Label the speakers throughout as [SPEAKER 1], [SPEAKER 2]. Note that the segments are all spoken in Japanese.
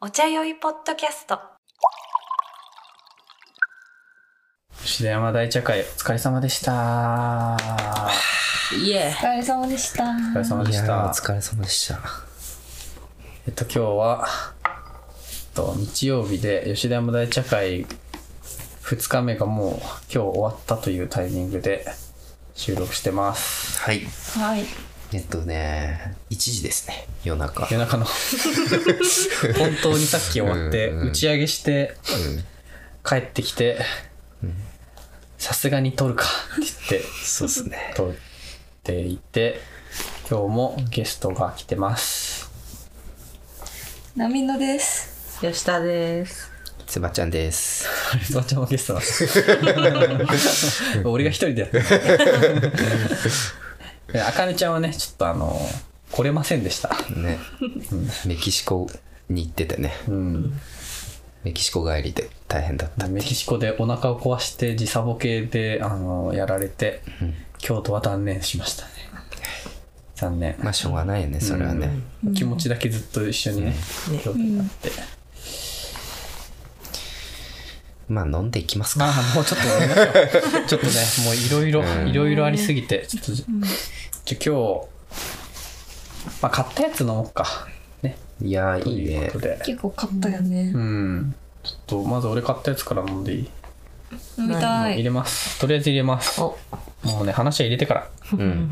[SPEAKER 1] お茶酔いポッドキャスト
[SPEAKER 2] 吉田山大茶会お疲れ様でした
[SPEAKER 3] いえ
[SPEAKER 4] お疲れ様でした。
[SPEAKER 2] お疲れ様でし
[SPEAKER 3] いやーお
[SPEAKER 2] た
[SPEAKER 3] 疲れ様でした。
[SPEAKER 2] えっと今日はえっと日曜日で吉田山大茶会2日目がもう今日終わったというタイミングで収録してます
[SPEAKER 3] はい。
[SPEAKER 4] はい。
[SPEAKER 3] えっとね、1時ですね、夜中。
[SPEAKER 2] 夜 中の本当にさっき終わって
[SPEAKER 3] うんうん
[SPEAKER 2] 打ち上げして帰ってきてさすがに撮るかって言って
[SPEAKER 3] そうですね。
[SPEAKER 2] 撮っていて今日もゲストが来てます
[SPEAKER 4] ナミノです。
[SPEAKER 5] 吉田です。
[SPEAKER 3] つばちゃんです。
[SPEAKER 2] つばちゃんもゲスト だ俺が一人でやってるであかねちゃんはねちょっとあの来れませんでした
[SPEAKER 3] ね。メキシコに行っててね。
[SPEAKER 2] うん
[SPEAKER 3] メキシコ帰りで大変だった。
[SPEAKER 2] メキシコでお腹を壊して時差ボケであのやられて、京都は断念しましたね残念
[SPEAKER 3] まあ、しょうがないよね、それはね。
[SPEAKER 2] 気持ちだけずっと一緒にね、京都になって、
[SPEAKER 3] まあ、飲んでいきます
[SPEAKER 2] ま
[SPEAKER 3] か。
[SPEAKER 2] あもうちょっと飲みましょうちょっとねもういろいろ
[SPEAKER 3] うん
[SPEAKER 2] いろいろありすぎてちょっとじゃじゃあ今日、まあ、買ったやつ飲もうかね
[SPEAKER 3] いや
[SPEAKER 2] と
[SPEAKER 3] ー、いい
[SPEAKER 2] いう
[SPEAKER 3] ね
[SPEAKER 2] こと。で
[SPEAKER 4] 結構買ったよね
[SPEAKER 2] う。んちょっとまず俺買ったやつから飲んでいい、
[SPEAKER 4] 飲みた
[SPEAKER 2] 入
[SPEAKER 4] い。
[SPEAKER 2] れますとりあえず入れます
[SPEAKER 5] お
[SPEAKER 2] もうね話は入れてから
[SPEAKER 3] うん。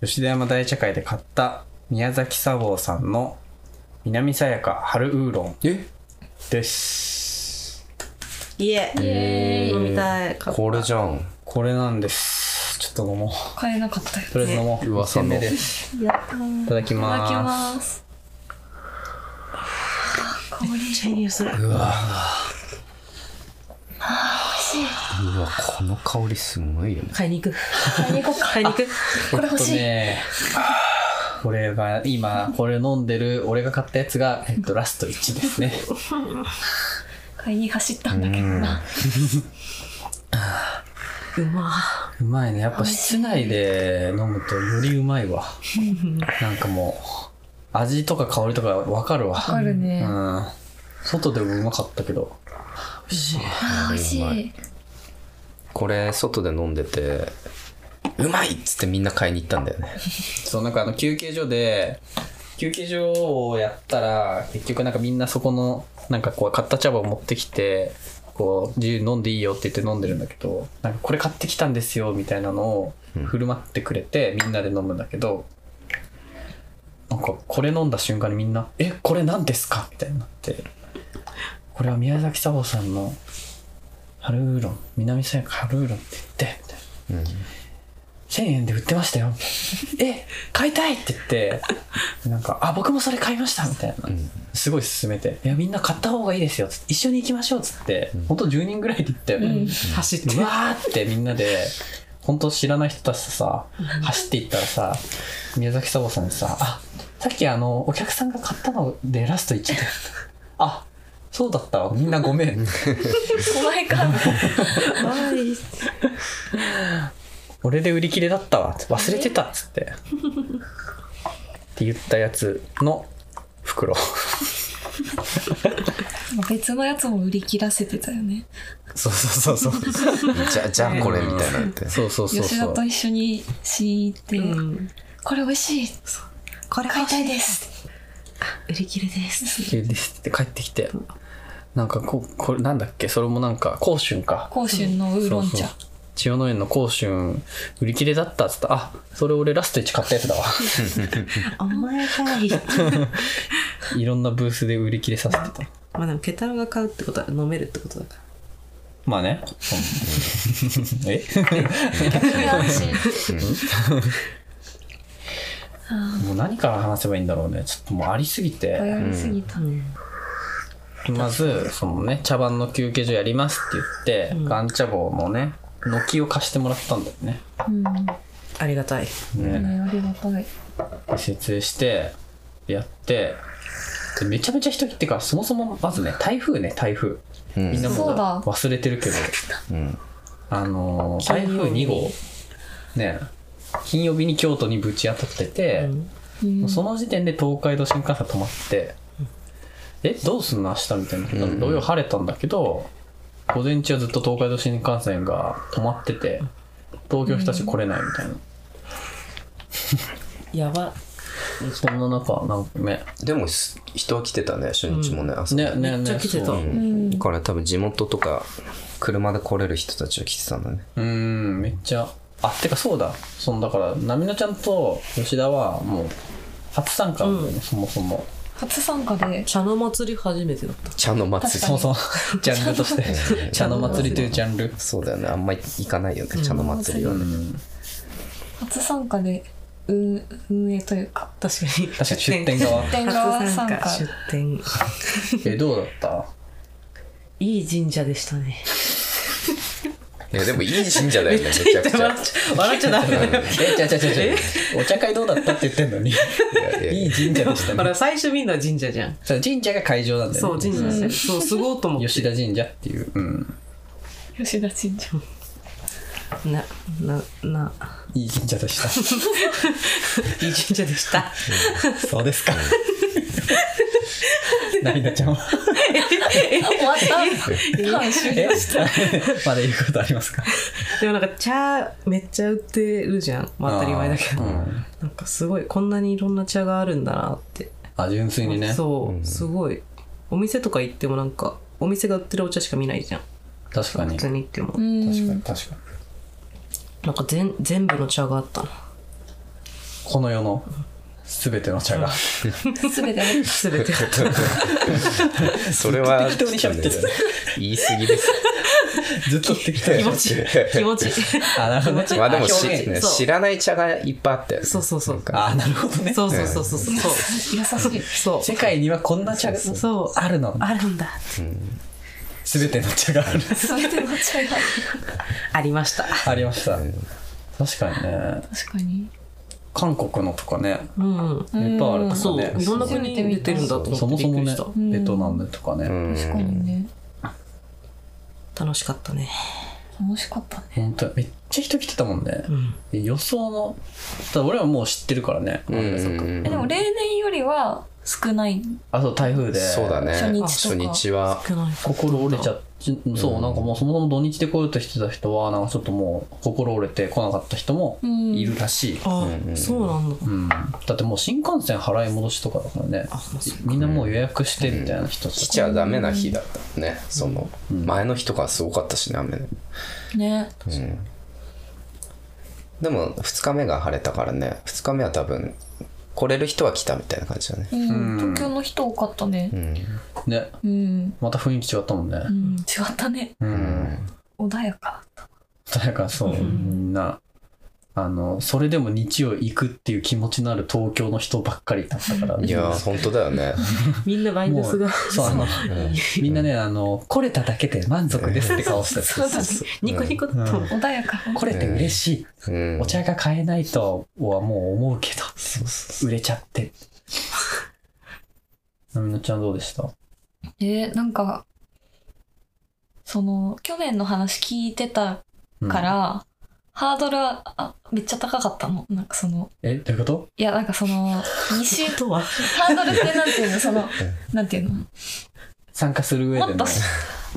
[SPEAKER 2] 吉田山大茶会で買った宮崎砂防さんの南さやか春ウーロン
[SPEAKER 3] え
[SPEAKER 2] です
[SPEAKER 5] いえ。
[SPEAKER 3] え
[SPEAKER 5] 飲みたい。か
[SPEAKER 3] これじゃん。
[SPEAKER 2] これなんですちょっと飲もう
[SPEAKER 4] 買えなかったよ。い
[SPEAKER 2] とりあえず飲もう
[SPEAKER 3] 噂
[SPEAKER 2] 一戦
[SPEAKER 3] の
[SPEAKER 2] 目です
[SPEAKER 5] やった
[SPEAKER 2] いただ
[SPEAKER 4] ただき
[SPEAKER 2] きます
[SPEAKER 4] ます。
[SPEAKER 5] めっちゃいい匂いする。
[SPEAKER 3] うわうわ、この香りすごいよね。
[SPEAKER 5] 買いに行く。
[SPEAKER 4] 買いに行こうか。
[SPEAKER 5] 買いに行く。
[SPEAKER 2] こ
[SPEAKER 4] れ欲しい
[SPEAKER 2] ね、これが今これ飲んでる俺が買ったやつが、えっと、ラスト1ですね
[SPEAKER 4] 買いに走ったんだけどな。
[SPEAKER 5] うま
[SPEAKER 2] うまいねやっぱ室内で飲むとよりうまいわなんかもう味とか香りとか分かるわ
[SPEAKER 4] わかるね
[SPEAKER 2] うん、外でもうまかったけど美味しい
[SPEAKER 4] あー美味しい。
[SPEAKER 3] これ、外で飲んでて、うまいっつってみんな買いに行ったん だよね。
[SPEAKER 2] そうなんかあの休憩所で休憩所をやったら結局なんかみんなそこのなんかこう買った茶葉を持ってきてこう自由に飲んでいいよって言って飲んでるんだけどなんかこれ買ってきたんですよみたいなのを振る舞ってくれてみんなで飲むんだけどなんかこれ飲んだ瞬間にみんな「えこれ何ですか?」みたいになってこれは宮崎砂防さんのハルウーロン南千葉ハルウーロンって言ってみたいな。
[SPEAKER 3] うん。
[SPEAKER 2] 1000円で売ってましたよえ買いたいって言ってなんかあ僕もそれ買いましたみたいな、
[SPEAKER 3] うん
[SPEAKER 2] すごい勧めていやみんな買った方がいいですよつって一緒に行きましょうっつって、ほんと10人ぐらいで行って、
[SPEAKER 5] い。走って。
[SPEAKER 2] うわーってみんなで本当知らない人たちとさ走っていったらさ宮崎砂防さんにさ「あさっきあのお客さんが買ったのでラスト1で」あそうだったわみんなごめん」
[SPEAKER 4] 怖い から。
[SPEAKER 5] はい。
[SPEAKER 2] 俺で売り切れだったわ忘れてたっつってって言ったやつの袋
[SPEAKER 4] 別のやつも売り切らせてたよね。
[SPEAKER 2] そうそ うそうそう
[SPEAKER 3] じゃ、じゃあこれみたいなって。
[SPEAKER 2] そうそうそう
[SPEAKER 4] 吉
[SPEAKER 2] そ
[SPEAKER 4] 田
[SPEAKER 2] う
[SPEAKER 4] と一緒にし行って、
[SPEAKER 5] うん。
[SPEAKER 4] これ美味しい。
[SPEAKER 5] これ
[SPEAKER 4] 買い
[SPEAKER 5] 買い
[SPEAKER 4] た
[SPEAKER 5] た
[SPEAKER 4] い
[SPEAKER 5] い
[SPEAKER 4] で。
[SPEAKER 5] です売り切れです。
[SPEAKER 2] 急ですって帰ってきてなんかこうこれなんだっけそれもなんか甲春か
[SPEAKER 4] 甲州のウーロン
[SPEAKER 2] そう
[SPEAKER 4] 茶
[SPEAKER 2] そう。千代の園の甲春売り切れだったっつったあそれ俺ラスト1買ったや つだわ
[SPEAKER 5] お前かい。
[SPEAKER 2] いろんなブースで売り切れさせてた
[SPEAKER 5] まあでも、ケタロが買うってことは飲めるってことだか
[SPEAKER 2] まあねえ
[SPEAKER 4] これ美味しい。
[SPEAKER 2] もう何から話せばいいんだろうねちょっともうありすぎて、
[SPEAKER 4] 流行りすぎた
[SPEAKER 5] ら。。うん。
[SPEAKER 2] まずそのね茶番の休憩所やりますって言って、ガンチャ棒のね軒を貸してもらったんだよね
[SPEAKER 4] うん。ね
[SPEAKER 5] ありがたい。
[SPEAKER 2] ね
[SPEAKER 4] ありがたい。
[SPEAKER 2] で設営してやってでめちゃめちゃ人っていうかそもそもまずね台風ね台風
[SPEAKER 3] うん
[SPEAKER 2] みんなも
[SPEAKER 4] そううだ
[SPEAKER 2] 忘れてるけど、
[SPEAKER 3] うん。
[SPEAKER 2] あのー台風2号ね金曜日に京都にぶち当たってて、
[SPEAKER 5] うん
[SPEAKER 4] うん
[SPEAKER 2] その時点で東海道新幹線止まって、え、どうすんの明日みたいな。
[SPEAKER 3] んうん
[SPEAKER 2] 土曜晴れたんだけど、午前中はずっと東海道新幹線が止まってて、東京日立来れないみたいな。
[SPEAKER 5] やば
[SPEAKER 2] そんな中、なんかね、
[SPEAKER 3] でもす人は来てたね初日もね、朝
[SPEAKER 2] ね、ね、
[SPEAKER 5] めっちゃ
[SPEAKER 2] ね、
[SPEAKER 5] 来てた
[SPEAKER 2] そう
[SPEAKER 3] う、
[SPEAKER 2] うん
[SPEAKER 3] だから多分地元とか車で来れる人たちは来てたんだね
[SPEAKER 2] ーん、めっちゃ。あ、てかそうだ。そのだから、なみのちゃんと吉田はもう、初参加なんだよね、そもそも。
[SPEAKER 4] 初参加で
[SPEAKER 5] 茶の祭り初めてだった
[SPEAKER 3] 茶の祭
[SPEAKER 2] そ
[SPEAKER 3] り
[SPEAKER 2] もそ も、ジャンルとして。茶の祭りというジャンル。
[SPEAKER 3] そうだよねあんまり行かないよね茶の祭りは
[SPEAKER 2] う
[SPEAKER 3] ね、
[SPEAKER 2] ん。
[SPEAKER 4] 初参加で運運営というか
[SPEAKER 5] 確かに
[SPEAKER 2] 確かに出店 側。
[SPEAKER 4] 出店側
[SPEAKER 5] 初参
[SPEAKER 4] 参加
[SPEAKER 5] 加出店
[SPEAKER 2] え、どうだった
[SPEAKER 5] いい神社でしたね
[SPEAKER 3] いやでもいい神社だよ ねめちゃくちゃ
[SPEAKER 5] 笑っちゃ笑っちゃダメだよ
[SPEAKER 2] え、ちゃちゃちゃちゃ。お茶会どうだったって言ってんのに。
[SPEAKER 3] いやい
[SPEAKER 2] いい
[SPEAKER 3] や
[SPEAKER 2] 神社でした
[SPEAKER 5] ほ
[SPEAKER 2] ね。
[SPEAKER 5] ら最初みんな神社じゃん
[SPEAKER 2] そう神社が会場なんだよね。
[SPEAKER 5] そう神社ですよそうすごいと思っ
[SPEAKER 2] 吉
[SPEAKER 5] て
[SPEAKER 2] 田神社っていう。うん。
[SPEAKER 4] 吉田神社
[SPEAKER 5] ななない
[SPEAKER 2] い神社で した。
[SPEAKER 5] いい神社でした
[SPEAKER 2] そうです か。 なみなちゃんは。
[SPEAKER 4] 終わった
[SPEAKER 2] え まだ言うことありますか
[SPEAKER 5] でもなんか茶めっちゃ売ってるじゃん、まあ、当たり前だけど、
[SPEAKER 2] うん
[SPEAKER 5] なんかすごいこんなにいろんな茶があるんだなって、
[SPEAKER 2] あ、純粋にね。
[SPEAKER 5] そう、
[SPEAKER 3] うん
[SPEAKER 5] すごいお店とか行ってもなんかお店が売ってるお茶しか見ないじゃん
[SPEAKER 2] 確か
[SPEAKER 5] 普
[SPEAKER 2] に。
[SPEAKER 5] 通
[SPEAKER 2] 確か
[SPEAKER 5] に行っても、
[SPEAKER 2] に、確かに。
[SPEAKER 5] なんか全全部の茶があったな
[SPEAKER 2] この世の全ての茶が。
[SPEAKER 4] すべてね
[SPEAKER 5] 全 て
[SPEAKER 3] それは
[SPEAKER 2] ずっと適当に喋ってた
[SPEAKER 3] 言い過ぎです
[SPEAKER 2] ずっと適当に
[SPEAKER 5] 気持 ち気持ち
[SPEAKER 2] あ、なるほどね。
[SPEAKER 3] まあでも
[SPEAKER 2] 表
[SPEAKER 3] し、
[SPEAKER 2] 現
[SPEAKER 3] ね、
[SPEAKER 5] そう
[SPEAKER 3] 知らない茶がいっぱいあったよね
[SPEAKER 5] そうそうそう
[SPEAKER 2] あ、なるほどね。
[SPEAKER 5] そうそうそうそうそう
[SPEAKER 4] 優しい
[SPEAKER 5] そう
[SPEAKER 2] 世界にはこんな茶が
[SPEAKER 5] そう
[SPEAKER 2] あるの。
[SPEAKER 5] あるんだ
[SPEAKER 2] 全ての茶がある。
[SPEAKER 4] すべての茶が
[SPEAKER 5] ありました
[SPEAKER 2] ありました。確かにね。
[SPEAKER 4] 確かに
[SPEAKER 2] 韓国のとかね、
[SPEAKER 5] うん
[SPEAKER 2] ネパールと
[SPEAKER 5] そ
[SPEAKER 2] かね、
[SPEAKER 5] ういろんな国に出てるんだと思って
[SPEAKER 2] そもそも
[SPEAKER 5] びっく
[SPEAKER 2] ね
[SPEAKER 5] りした、
[SPEAKER 2] ベトナムとか
[SPEAKER 3] う
[SPEAKER 2] ね、
[SPEAKER 3] ん
[SPEAKER 4] 確かにね
[SPEAKER 5] 楽しかったね
[SPEAKER 4] 楽しかったね
[SPEAKER 2] 本当めっちゃ人来てたもんね。
[SPEAKER 5] うん
[SPEAKER 2] 予想の、ただ俺はもう知ってるからね。
[SPEAKER 3] うんうんうん
[SPEAKER 4] えでも例年よりは少ない
[SPEAKER 2] あ、そう、台風で。
[SPEAKER 3] そうだね
[SPEAKER 4] 初日とか
[SPEAKER 3] 初日は
[SPEAKER 5] 少ない
[SPEAKER 2] 心折れちゃっそう、なんかもうそもそも土日で来ようとしてた人は、なんかちょっともう心折れて来なかった人も
[SPEAKER 4] うん
[SPEAKER 2] いるらしい。
[SPEAKER 5] あ、
[SPEAKER 3] うんうん
[SPEAKER 5] そうなんだ
[SPEAKER 2] うん。だってもう新幹線払い戻しとかだからね
[SPEAKER 5] あ、。まあ、そう
[SPEAKER 2] みんなもう予約してみたいな人たち。
[SPEAKER 3] 来ちゃダメな日だったねその前の日とかすごかったしね雨ね
[SPEAKER 4] ね
[SPEAKER 3] うんでも2日目が晴れたからね2日目は多分来れる人は来たみたいな感じだね
[SPEAKER 4] うん
[SPEAKER 2] うん
[SPEAKER 4] 東京の人多かったね
[SPEAKER 3] うん
[SPEAKER 2] ね。
[SPEAKER 4] うん
[SPEAKER 2] また雰囲気違ったもんね。
[SPEAKER 4] うん違ったね
[SPEAKER 2] う
[SPEAKER 3] うんん
[SPEAKER 4] 穏やか
[SPEAKER 2] だからそう、みんな、あの、それでも日曜行くっていう気持ちのある東京の人ばっかりだったから。
[SPEAKER 3] いやー本当だよね
[SPEAKER 5] みんなマイナスが
[SPEAKER 2] そう、あの、みんなね、あの、来れただけで満足ですって顔してた。
[SPEAKER 5] そうだねニコニコだったもん
[SPEAKER 4] 穏やか
[SPEAKER 2] 来れて嬉しい。
[SPEAKER 3] うん
[SPEAKER 2] お茶が買えないとはもう思うけど、売れちゃ って。なみのちゃんどうでした
[SPEAKER 4] えーなんかその去年の話聞いてたか。
[SPEAKER 2] うん
[SPEAKER 4] ら、ハードルはあめっちゃ高かったのなんかその
[SPEAKER 2] え、どういうこと
[SPEAKER 4] いやなんかその西
[SPEAKER 5] とは
[SPEAKER 4] ハードルってなんていうのそ のなんていうの
[SPEAKER 2] 参加する上
[SPEAKER 4] も
[SPEAKER 2] で
[SPEAKER 4] っ
[SPEAKER 2] の
[SPEAKER 4] と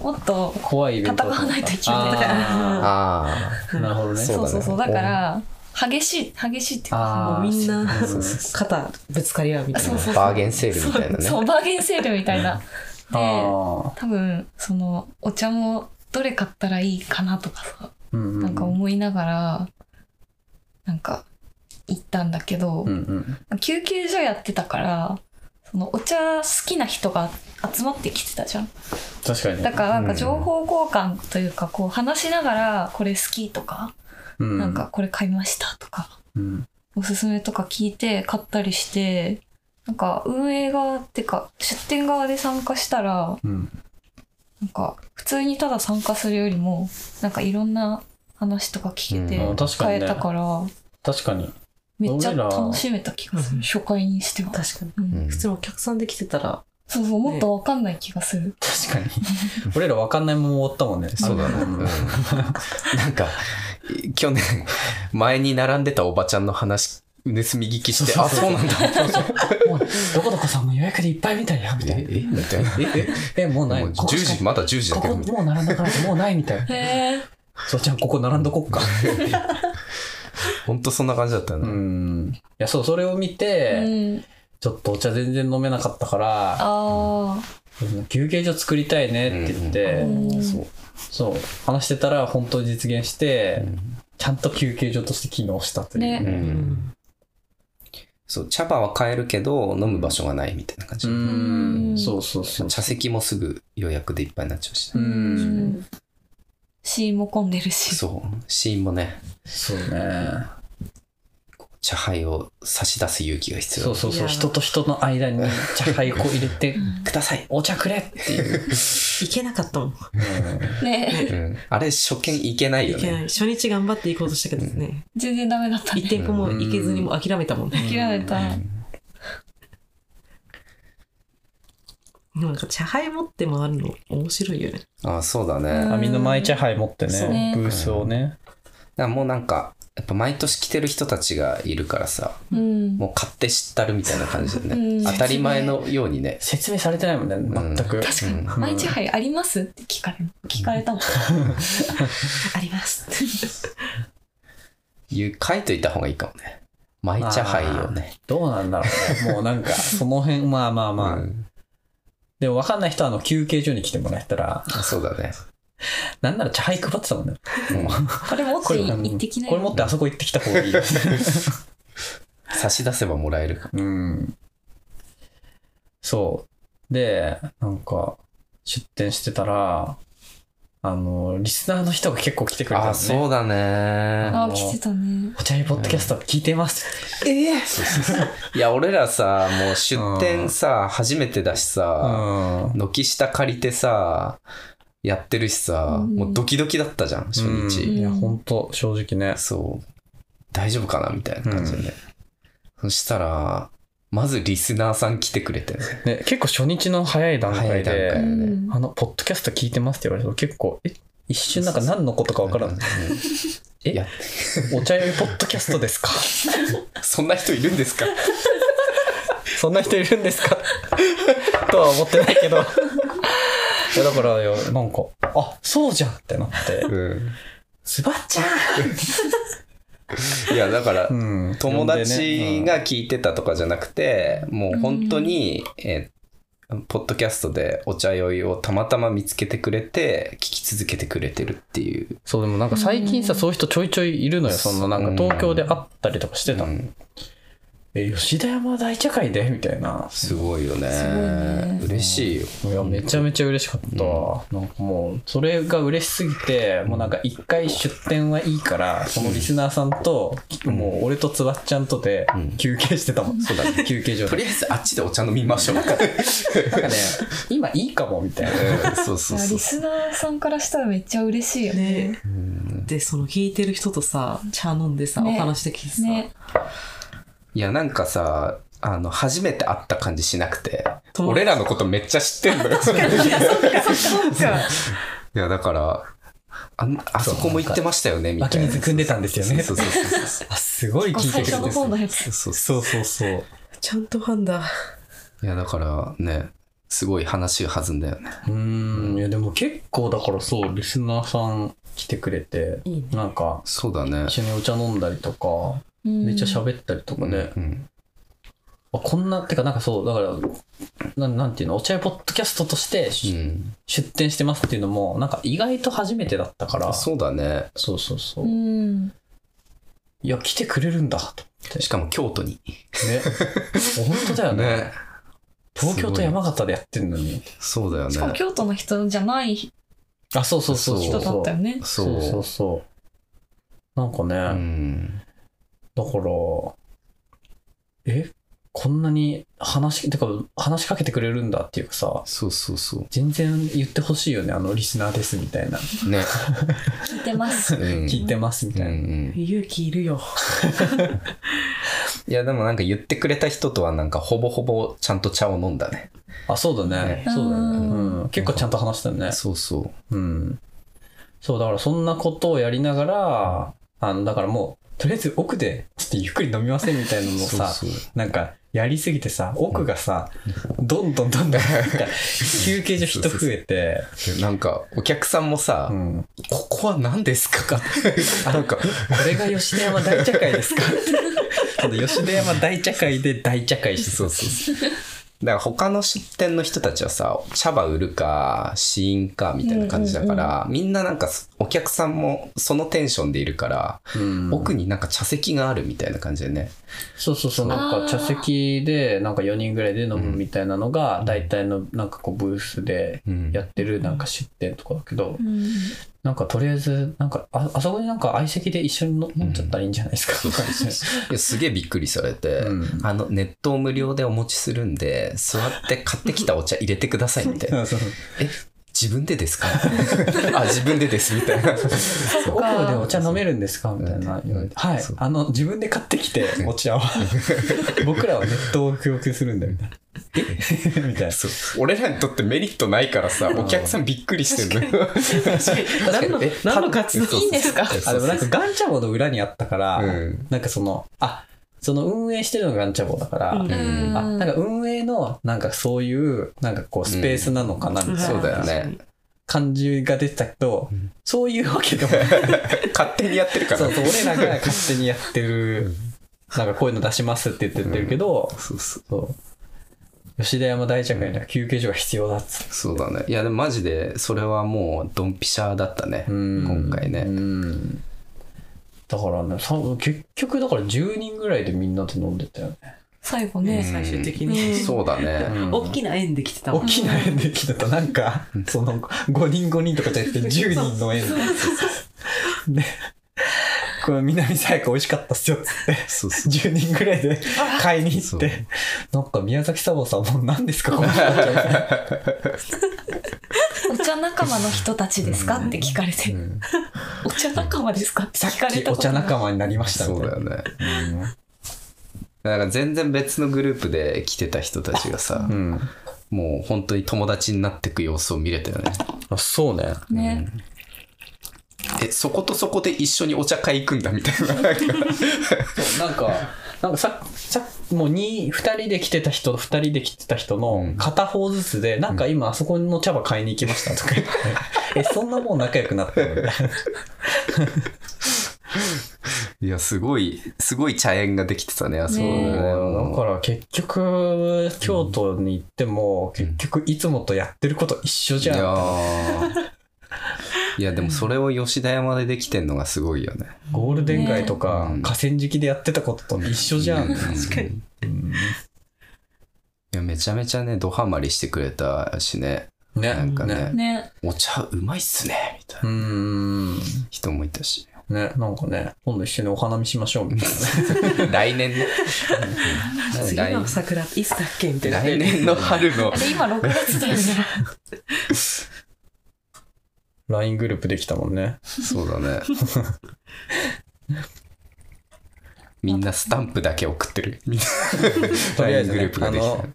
[SPEAKER 4] もっと
[SPEAKER 2] 怖いイベントだと思った
[SPEAKER 4] 戦わないといけない
[SPEAKER 2] あ
[SPEAKER 3] あ
[SPEAKER 2] ーなるほどね。
[SPEAKER 3] そ
[SPEAKER 4] そ
[SPEAKER 3] うだ
[SPEAKER 4] う
[SPEAKER 3] ね
[SPEAKER 4] そうそうだから激しい激しいっていうか
[SPEAKER 2] あー
[SPEAKER 5] みんな
[SPEAKER 2] そうそうそう
[SPEAKER 5] 肩ぶつかり合うみたい
[SPEAKER 4] そうそうそ
[SPEAKER 3] あ
[SPEAKER 4] う
[SPEAKER 3] バーゲンセールみたいなね
[SPEAKER 4] そうバーゲンセールみたいなで
[SPEAKER 2] あ
[SPEAKER 4] 多分そのお茶もどれ買ったらいいかなとかさ
[SPEAKER 2] ーうんうんうん
[SPEAKER 4] なんか思いながらなんか行ったんだけど、
[SPEAKER 2] うんうん
[SPEAKER 4] 休憩所やってたからそのお茶好きな人が集まってきてたじゃん
[SPEAKER 2] 確かに。
[SPEAKER 4] だからなんか情報交換というかこう話しながらこれ好きとか、
[SPEAKER 2] うん
[SPEAKER 4] なんかこれ買いましたとか
[SPEAKER 2] うん
[SPEAKER 4] おすすめとか聞いて買ったりしてなんか運営側ってか出店側で参加したら
[SPEAKER 2] うん
[SPEAKER 4] なんか普通にただ参加するよりもなんかいろんな話とか聞けて
[SPEAKER 2] うん確かに
[SPEAKER 4] 変
[SPEAKER 2] ね
[SPEAKER 4] えたから、
[SPEAKER 2] 確かに
[SPEAKER 4] めっちゃ
[SPEAKER 2] 俺ら
[SPEAKER 4] 楽しめた気がす
[SPEAKER 5] うん
[SPEAKER 4] る初回にしては、
[SPEAKER 5] 確かに
[SPEAKER 4] うん
[SPEAKER 3] うん
[SPEAKER 5] 普通のお客さんで来てたら
[SPEAKER 4] そうそうもっとわかんない気がする、
[SPEAKER 2] 確 かに俺ら分かんないもん終わったもんね
[SPEAKER 3] そうだね、うん、なんか去年前に並んでたおばちゃんの話盗み聞きして、あ、そうなんだ。
[SPEAKER 2] もうどこどこさんも予約でいっぱいみたいやみた
[SPEAKER 3] え
[SPEAKER 2] い、な
[SPEAKER 3] えみたいな。え、
[SPEAKER 2] えもうな
[SPEAKER 3] え
[SPEAKER 2] い
[SPEAKER 3] もう
[SPEAKER 2] ここ
[SPEAKER 3] 10時、まだ10時だ
[SPEAKER 2] こ
[SPEAKER 3] け
[SPEAKER 2] こ
[SPEAKER 3] ど。
[SPEAKER 2] もう並んだからもうないみたいな
[SPEAKER 4] へえ。
[SPEAKER 2] そうじゃあここ並んどこっか
[SPEAKER 3] ほんとそんな感じだった
[SPEAKER 2] う
[SPEAKER 3] ね。
[SPEAKER 2] んいやそうそれを見て、
[SPEAKER 4] うん。
[SPEAKER 2] ちょっとお茶全然飲めなかったから
[SPEAKER 4] ああ。
[SPEAKER 2] 休憩所作りたいねって言って、
[SPEAKER 4] うん
[SPEAKER 3] そう。
[SPEAKER 2] そう話してたら本当に実現して、ちゃんと休憩所として機能したという、
[SPEAKER 4] ね
[SPEAKER 3] うんそう、茶葉は買えるけど、飲む場所がないみたいな感
[SPEAKER 2] う
[SPEAKER 3] じ。
[SPEAKER 2] んそうそうそう
[SPEAKER 3] 茶席もすぐ予約でいっぱいになっちゃうし
[SPEAKER 2] う
[SPEAKER 3] ね。
[SPEAKER 2] ん。
[SPEAKER 4] シーンも混んでるし。
[SPEAKER 3] そう、シーンもね、
[SPEAKER 2] そうね
[SPEAKER 3] 茶杯を差し出す勇気が必要
[SPEAKER 2] そ
[SPEAKER 3] だ
[SPEAKER 2] うそう
[SPEAKER 5] い
[SPEAKER 2] そう
[SPEAKER 5] や
[SPEAKER 2] 人と人の間に茶杯をこう入れて
[SPEAKER 3] く ださい。
[SPEAKER 2] お茶くれっていう、
[SPEAKER 5] 行けなかったもん。
[SPEAKER 4] ね
[SPEAKER 3] うん、あれ、初見いけないよ
[SPEAKER 5] 行けない。
[SPEAKER 3] ね。
[SPEAKER 5] 初日頑張って行こうとしたけどね。
[SPEAKER 4] 全然ダメだった
[SPEAKER 5] 一
[SPEAKER 4] ね。
[SPEAKER 5] 店舗も行けずにもう諦めたもんね。
[SPEAKER 4] 諦めた。
[SPEAKER 5] でもなんか茶杯持って回るの面白いよね。
[SPEAKER 3] あそうだね。
[SPEAKER 4] う
[SPEAKER 3] だか
[SPEAKER 2] あみんな毎茶杯持って
[SPEAKER 5] そう
[SPEAKER 4] ね
[SPEAKER 2] ねブースをね
[SPEAKER 3] らもうなんか、やっぱ毎年来てる人たちがいるからさ、
[SPEAKER 4] うん。
[SPEAKER 3] もう買って知ったるみたいな感じで
[SPEAKER 4] う
[SPEAKER 3] ね。
[SPEAKER 4] ん
[SPEAKER 3] 当たり前のようにね。
[SPEAKER 2] 説明されてないもんね
[SPEAKER 3] ん
[SPEAKER 2] 全く、
[SPEAKER 4] 確かに、毎日杯ありますって聞かれ、聞かれたもん。あります。
[SPEAKER 3] 言う書いといた方がいいかもね。毎茶杯をね。
[SPEAKER 2] どうなんだろうねもうなんかその辺まあまあまあ、
[SPEAKER 3] うん
[SPEAKER 2] でも分かんない人はあの休憩所に来てもらえたら
[SPEAKER 3] そうだね。
[SPEAKER 2] なんなら茶杯配ってたもんね
[SPEAKER 3] うん
[SPEAKER 4] これ持って行ってきな
[SPEAKER 2] これ
[SPEAKER 4] よ。
[SPEAKER 2] 持ってあそこ行ってきた方がいいよ
[SPEAKER 3] 差し出せばもらえるか
[SPEAKER 2] うんそうでなんか出店してたらあのリスナーの人が結構来てくれた
[SPEAKER 3] ら。
[SPEAKER 2] の
[SPEAKER 3] あ、
[SPEAKER 2] ね
[SPEAKER 3] そうだね。
[SPEAKER 4] ああ、来てたね。
[SPEAKER 2] 「お茶にポッドキャスト聞いてます
[SPEAKER 5] ええ
[SPEAKER 3] いや、俺らさ、もう出店さ、初めてだし」さ、
[SPEAKER 2] ん
[SPEAKER 3] 軒下借りてさ、やってるしさ、
[SPEAKER 4] うん
[SPEAKER 3] もうドキドキだったじゃん、初
[SPEAKER 2] うん
[SPEAKER 3] 日。
[SPEAKER 2] いや本当正直ね
[SPEAKER 3] そう。大丈夫かなみたいな感じでね。そしたら、まずリスナーさん来てくれてね。
[SPEAKER 2] ね結構初日の早い段階
[SPEAKER 3] 早い段
[SPEAKER 4] う
[SPEAKER 3] 階
[SPEAKER 2] で「
[SPEAKER 4] ん。
[SPEAKER 2] あのポッドキャスト聞いてます」って言われても結構え一瞬なんか何のことか分から
[SPEAKER 3] うんん
[SPEAKER 2] ないえ
[SPEAKER 3] や
[SPEAKER 2] お茶酔いポッドキャストですか
[SPEAKER 3] そんな人いるんですか
[SPEAKER 2] そんな人いるんですか とは思ってないけど。いやだからよ、なんか、あ、そうじゃんってなって。
[SPEAKER 3] うん。
[SPEAKER 2] すばっちゃん
[SPEAKER 3] いや、だから、
[SPEAKER 2] うん
[SPEAKER 3] 友達が聞いてたとかじゃなくて、もう本当に、えーポッドキャストでお茶酔いをたまたま見つけてくれて聞き続けてくれてるっていう、
[SPEAKER 2] そう、でもなんか最近さ、そういう人ちょいちょいいるのよ。そのなんか東京で会ったりとかしてた
[SPEAKER 3] う
[SPEAKER 2] の。
[SPEAKER 3] ん
[SPEAKER 2] え、吉田山大茶会でみたいな。
[SPEAKER 3] すごいよね
[SPEAKER 4] すごいね
[SPEAKER 3] 嬉しいよ、
[SPEAKER 2] いや、めちゃめちゃ嬉しかったわ。なんかもう、それが嬉しすぎて、もうなんか一回出店はいいから、そのリスナーさんと、もう俺とつばっちゃんとで
[SPEAKER 3] ん
[SPEAKER 2] 休憩してたもん。そうだね。 休憩所で
[SPEAKER 3] と。りあえずあっちでお茶飲みましょうか
[SPEAKER 2] なんかね、今いいかもみたいな。
[SPEAKER 3] うんそうそう
[SPEAKER 4] あ
[SPEAKER 3] そう
[SPEAKER 4] リスナーさんからしたらめっちゃ嬉しいよね。
[SPEAKER 5] ねで、その聞いてる人とさ、茶飲んでさ、お
[SPEAKER 4] ね
[SPEAKER 5] 話で聞いてさ、
[SPEAKER 4] ね。
[SPEAKER 3] いやなんかさあの初めて会った感じしなくて
[SPEAKER 5] 友達
[SPEAKER 3] 俺らのことめっちゃ知ってんのよ いやだからあんあそこも行ってましたよねみ
[SPEAKER 2] 湧き
[SPEAKER 3] たいな
[SPEAKER 2] 水汲んでたんですよね。
[SPEAKER 3] そうそうそうそうそう
[SPEAKER 2] あすごい聞
[SPEAKER 4] 最
[SPEAKER 2] いてくれ
[SPEAKER 4] 初
[SPEAKER 2] て
[SPEAKER 4] の
[SPEAKER 2] る。
[SPEAKER 4] 方のやつ。
[SPEAKER 3] そう
[SPEAKER 2] そうそうそう。
[SPEAKER 5] ちゃんとファンだ。
[SPEAKER 3] いやだからねすごい話が弾んだよね
[SPEAKER 2] うーん、いやでも結構だからそう、リスナーさん来てくれて、
[SPEAKER 5] いいね
[SPEAKER 2] なんか
[SPEAKER 3] そうだね
[SPEAKER 2] 一緒にお茶飲んだりとか、
[SPEAKER 4] め
[SPEAKER 2] めっちゃ喋ったりとかね、
[SPEAKER 3] うん
[SPEAKER 2] あこんな、てかなんかそう、だから、なんなんていうの、お茶屋ポッドキャストとして
[SPEAKER 3] う
[SPEAKER 2] 出
[SPEAKER 3] ん、
[SPEAKER 2] 出店してますっていうのも、なんか意外と初めてだったから、
[SPEAKER 3] そうだね
[SPEAKER 2] そうそうそうう。い
[SPEAKER 4] ん。
[SPEAKER 2] や、来てくれるんだ、と
[SPEAKER 3] しかも京都に
[SPEAKER 2] ね。本当だよね。
[SPEAKER 3] ね
[SPEAKER 2] 東京と山形でやってるのに。
[SPEAKER 3] そうだよ
[SPEAKER 4] しかも
[SPEAKER 3] ね
[SPEAKER 4] 京都の人じゃない人
[SPEAKER 2] あ、そうそうそうそ
[SPEAKER 4] だ
[SPEAKER 2] う。
[SPEAKER 4] ったよね。
[SPEAKER 3] そ
[SPEAKER 2] そううそうそう。なんかね、
[SPEAKER 3] うん
[SPEAKER 2] だから、えこんなに話、てか話しかけてくれるんだっていうかさ、
[SPEAKER 3] そうそうそ
[SPEAKER 2] 全然言ってほしいよね、あのリスナーですみたいな。
[SPEAKER 3] う ね
[SPEAKER 4] 聞いてます。
[SPEAKER 3] うん
[SPEAKER 2] 聞いてますみ
[SPEAKER 3] うん
[SPEAKER 2] たいな。
[SPEAKER 3] うん
[SPEAKER 5] 勇気いるよ。
[SPEAKER 3] いやでもなんか言ってくれた人とはなんかほぼほぼちゃんと茶を飲んだね
[SPEAKER 2] あ、そうだね。
[SPEAKER 3] ね
[SPEAKER 2] そうだね、
[SPEAKER 4] うん
[SPEAKER 2] うん。結構ちゃんと話したよね。
[SPEAKER 3] そうそう
[SPEAKER 2] うん。そう、だからそんなことをやりながら、あのだからもう、とりあえず奥でちょっとゆっくり飲みませんみたいなのも さ
[SPEAKER 3] そうそう
[SPEAKER 2] なんかやりすぎてさ奥がさ、どんどんどんどんなんか休憩所人増えて
[SPEAKER 3] なんか、お客さんもさ、
[SPEAKER 2] うん
[SPEAKER 3] ここは何ですかかなんか、
[SPEAKER 2] これが吉田山大茶会 ですか今度吉田山大茶会で大茶会して
[SPEAKER 3] そうそうそう。だから他の出店の人たちはさ、茶葉売るか、試飲か、みたいな感じだから、みんななんかそ、お客さんもそのテンションでいるから、奥になんか茶席があるみたいな感じでね。
[SPEAKER 2] そうそうそうなんか茶席でなんか4人ぐらいで飲むみたいなのが大体のなんかこうブースで
[SPEAKER 3] うん
[SPEAKER 2] やってるなんか出店とかだけど、
[SPEAKER 4] うん
[SPEAKER 2] なんかとりあえずなんかああそこでなんか相席で一緒に飲んじゃったらいいんじゃないですかとか
[SPEAKER 3] いやすげえびっくりされて、
[SPEAKER 2] うん
[SPEAKER 3] あの、ネットを無料でお持ちするんで、座って買ってきたお茶入れてくださいみ たいな。
[SPEAKER 2] そうそう
[SPEAKER 3] え自分でですかあ、自分でですみたいな。
[SPEAKER 2] そう奥でお茶飲めるんですかみたいな言われて、
[SPEAKER 3] うん
[SPEAKER 2] はい
[SPEAKER 3] そう
[SPEAKER 2] あの自分で買ってきてお 茶は僕らはネットを供給するんだみたいなえみたいな
[SPEAKER 3] そう俺らにとってメリットないからさ、お客さんびっくりしてるのよ。
[SPEAKER 5] 何の
[SPEAKER 3] え
[SPEAKER 5] 何の活動いいんですか
[SPEAKER 2] あでもなんかガンチャボの裏にあったから、
[SPEAKER 3] うん
[SPEAKER 2] なんかそのあその運営してるのがガンチャボだから、
[SPEAKER 5] うん
[SPEAKER 2] あなんか運営のなんかそういうなんかこうスペースなのかなみたいな
[SPEAKER 3] そうだよね。
[SPEAKER 2] 感じが出てたけど、そういうわけでもない
[SPEAKER 3] 勝手にやってるから。
[SPEAKER 2] そうそう俺らが勝手にやってるなんかこういうの出しますって言ってるけど、
[SPEAKER 3] そうそう
[SPEAKER 2] そう吉田山大茶会には休憩所が必要だっつって
[SPEAKER 3] そうだね。いや、でもマジで、それはもう、ドンピシャだったね。今回
[SPEAKER 2] う
[SPEAKER 3] ね。
[SPEAKER 2] んだからねさ結局だから10人ぐらいでみんなで飲んでたよね
[SPEAKER 4] 最後ね、
[SPEAKER 5] 最終的に。
[SPEAKER 3] そうだね。
[SPEAKER 2] うん
[SPEAKER 5] 大きな円できてたもん
[SPEAKER 2] 大。きな円で来てたなんかその5人5人とかじゃなくて10人の円 ででこれ南さやか美味しかったっすよっつって
[SPEAKER 3] そうそう。
[SPEAKER 2] 10人ぐらいで買いに行
[SPEAKER 3] そ
[SPEAKER 2] っ
[SPEAKER 3] う
[SPEAKER 2] てなんか宮崎サボさんもう何 ですかこの人
[SPEAKER 4] お茶仲間の人たちですかって聞かれて、
[SPEAKER 3] うん
[SPEAKER 4] お茶仲間ですかって聞かれた
[SPEAKER 2] お
[SPEAKER 4] こと
[SPEAKER 2] 茶
[SPEAKER 4] ない
[SPEAKER 2] 仲間になりました
[SPEAKER 3] そ
[SPEAKER 2] み
[SPEAKER 3] う
[SPEAKER 2] たい
[SPEAKER 3] だ
[SPEAKER 2] な
[SPEAKER 3] よね。だから全然別のグループで来てた人たちがさ、
[SPEAKER 2] うん
[SPEAKER 3] もう本当に友達になってく様子を見れたよね。
[SPEAKER 2] あそうね
[SPEAKER 4] ね、
[SPEAKER 3] え、そことそこで一緒にお茶会行くんだみたいな。なんか
[SPEAKER 2] なんかなんかささもう 2, 二人で来てた人2人で来てた人の片方ずつで、なんか今あそこの茶葉買いに行きましたとか言って えそんなもう仲良くなったのみたい
[SPEAKER 3] いや、すごい、すごい茶園ができてたね、あそこ
[SPEAKER 4] ね
[SPEAKER 3] ね。
[SPEAKER 2] なだから結局京都に行っても結局いつもとやってること一緒じ
[SPEAKER 3] いや
[SPEAKER 2] ゃん
[SPEAKER 3] ーいや、でもそれを吉田山でできてんのがすごいよね。
[SPEAKER 2] ゴールデン街とか
[SPEAKER 3] ね
[SPEAKER 2] 河川敷でやってたことと一緒じゃ
[SPEAKER 3] うん
[SPEAKER 2] ん
[SPEAKER 5] かに
[SPEAKER 2] うん
[SPEAKER 3] いや、めちゃめちゃね、ドハマりしてくれたしね。
[SPEAKER 2] ね
[SPEAKER 3] なんかね、
[SPEAKER 4] ね
[SPEAKER 3] お茶うまいっすね、みたいうな
[SPEAKER 2] ーん
[SPEAKER 3] 人もい たし。
[SPEAKER 2] ねなんかね今度一緒にお花見しましょうみたいなね
[SPEAKER 3] 来年 ね。
[SPEAKER 5] 次
[SPEAKER 3] 来
[SPEAKER 5] の桜っていつだっけみたいな。
[SPEAKER 3] 来年の春の
[SPEAKER 4] あ。れ今6月だよね
[SPEAKER 2] LINE グループできたもんね
[SPEAKER 3] そう だね。みんなスタンプだけ送ってる。みんな
[SPEAKER 2] とりあえずね
[SPEAKER 3] LINE グループができ
[SPEAKER 2] あの